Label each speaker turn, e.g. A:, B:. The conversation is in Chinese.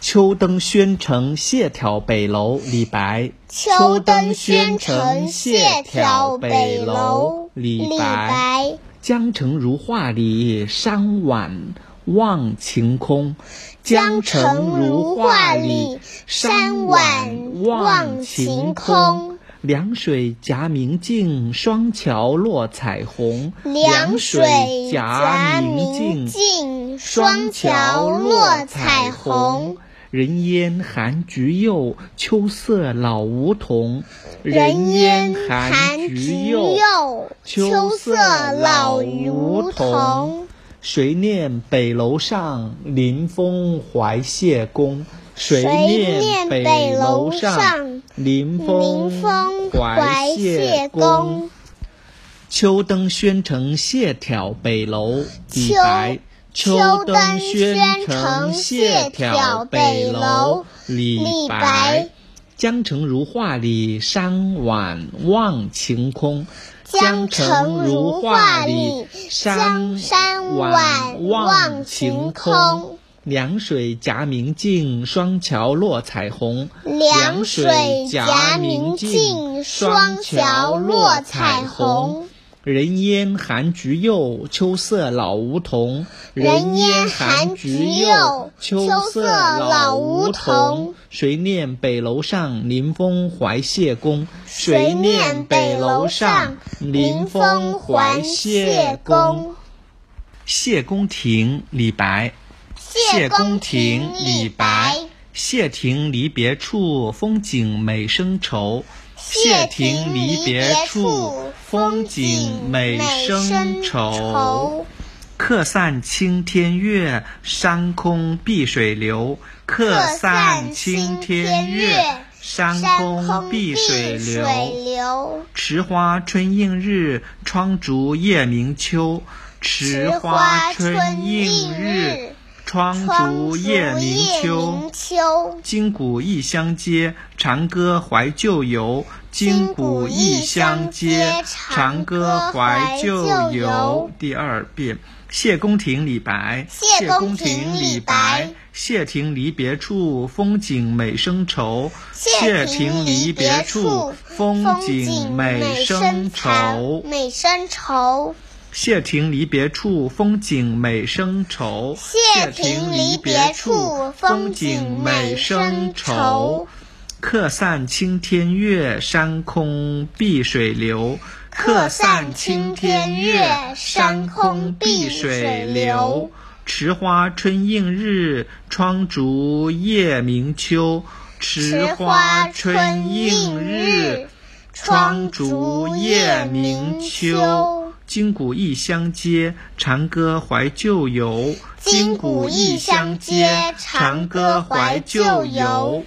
A: 秋登宣城谢眺北楼，李白。
B: 秋登宣城谢眺北楼，
A: 李
B: 李白。
A: 江城如画里，山晚望晴空。
B: 江城如画里，山晚望晴空。
A: 凉水夹明镜，双桥落彩虹。
B: 凉水夹明镜，双桥落彩虹。。
A: 人烟含菊柚，秋色老梧桐。
B: 人烟含菊柚，秋色老梧桐。。
A: 谁念北楼上，临风怀谢公？谁
B: 念
A: 北
B: 北
A: 楼
B: 楼
A: 上
B: 上，
A: 临
B: 临风
A: 怀
B: 怀
A: 谢
B: 谢公。。
A: 秋登宣城谢眺北楼，李
B: 秋
A: 白。
B: 秋
A: 登
B: 登
A: 宣
B: 宣
A: 城
B: 城
A: 谢
B: 谢
A: 眺
B: 眺
A: 北
B: 北
A: 楼
B: 楼，
A: 李
B: 李
A: 白
B: 白。
A: 江城如画里，山晚望晴空。
B: 江城如画里，
A: 山
B: 山山晚
A: 望
B: 望晴空。
A: 凉水夹明镜，双桥落彩虹。
B: 凉水夹明镜，双桥落彩虹。。
A: 人烟含菊柚，秋色老梧桐。
B: 人烟含菊柚
A: 秋
B: 秋色老梧桐。
A: 谁念北楼上，临风怀谢公？
B: 谁念北楼上，临风还谢公。。
A: 谢公亭，李白。谢公亭，李白。谢亭离别处，风景美生愁。
B: 谢亭离别处，
A: 风
B: 风
A: 景
B: 景
A: 美
B: 美
A: 生
B: 生
A: 愁。
B: 愁。
A: 客散清天月，山空碧水流。客散清天月，山空碧水流。
B: 流。
A: 池花春映日，窗烛夜明秋。池花春映日，窗烛夜明秋。
B: 秋。
A: 今古异乡街，长歌怀旧游。今古异乡街，长歌怀旧游。第二遍。谢公亭，李白。
B: 谢公亭李白。
A: 谢亭离别处，风景美生愁。
B: 谢亭离别处，
A: 风
B: 风
A: 景
B: 景
A: 美
B: 美
A: 生
B: 生
A: 愁
B: 愁。。美生愁。
A: 谢亭离别处，风景美生愁。
B: 谢亭离别处，风景美生愁。。
A: 客散清天月，山空碧水流。
B: 客散清天月山空碧水流。
A: 池花春映日，窗烛夜明秋。池花春映日，窗烛夜明秋。今古异乡街，长歌怀旧游。
B: 今古异乡街长歌怀旧游。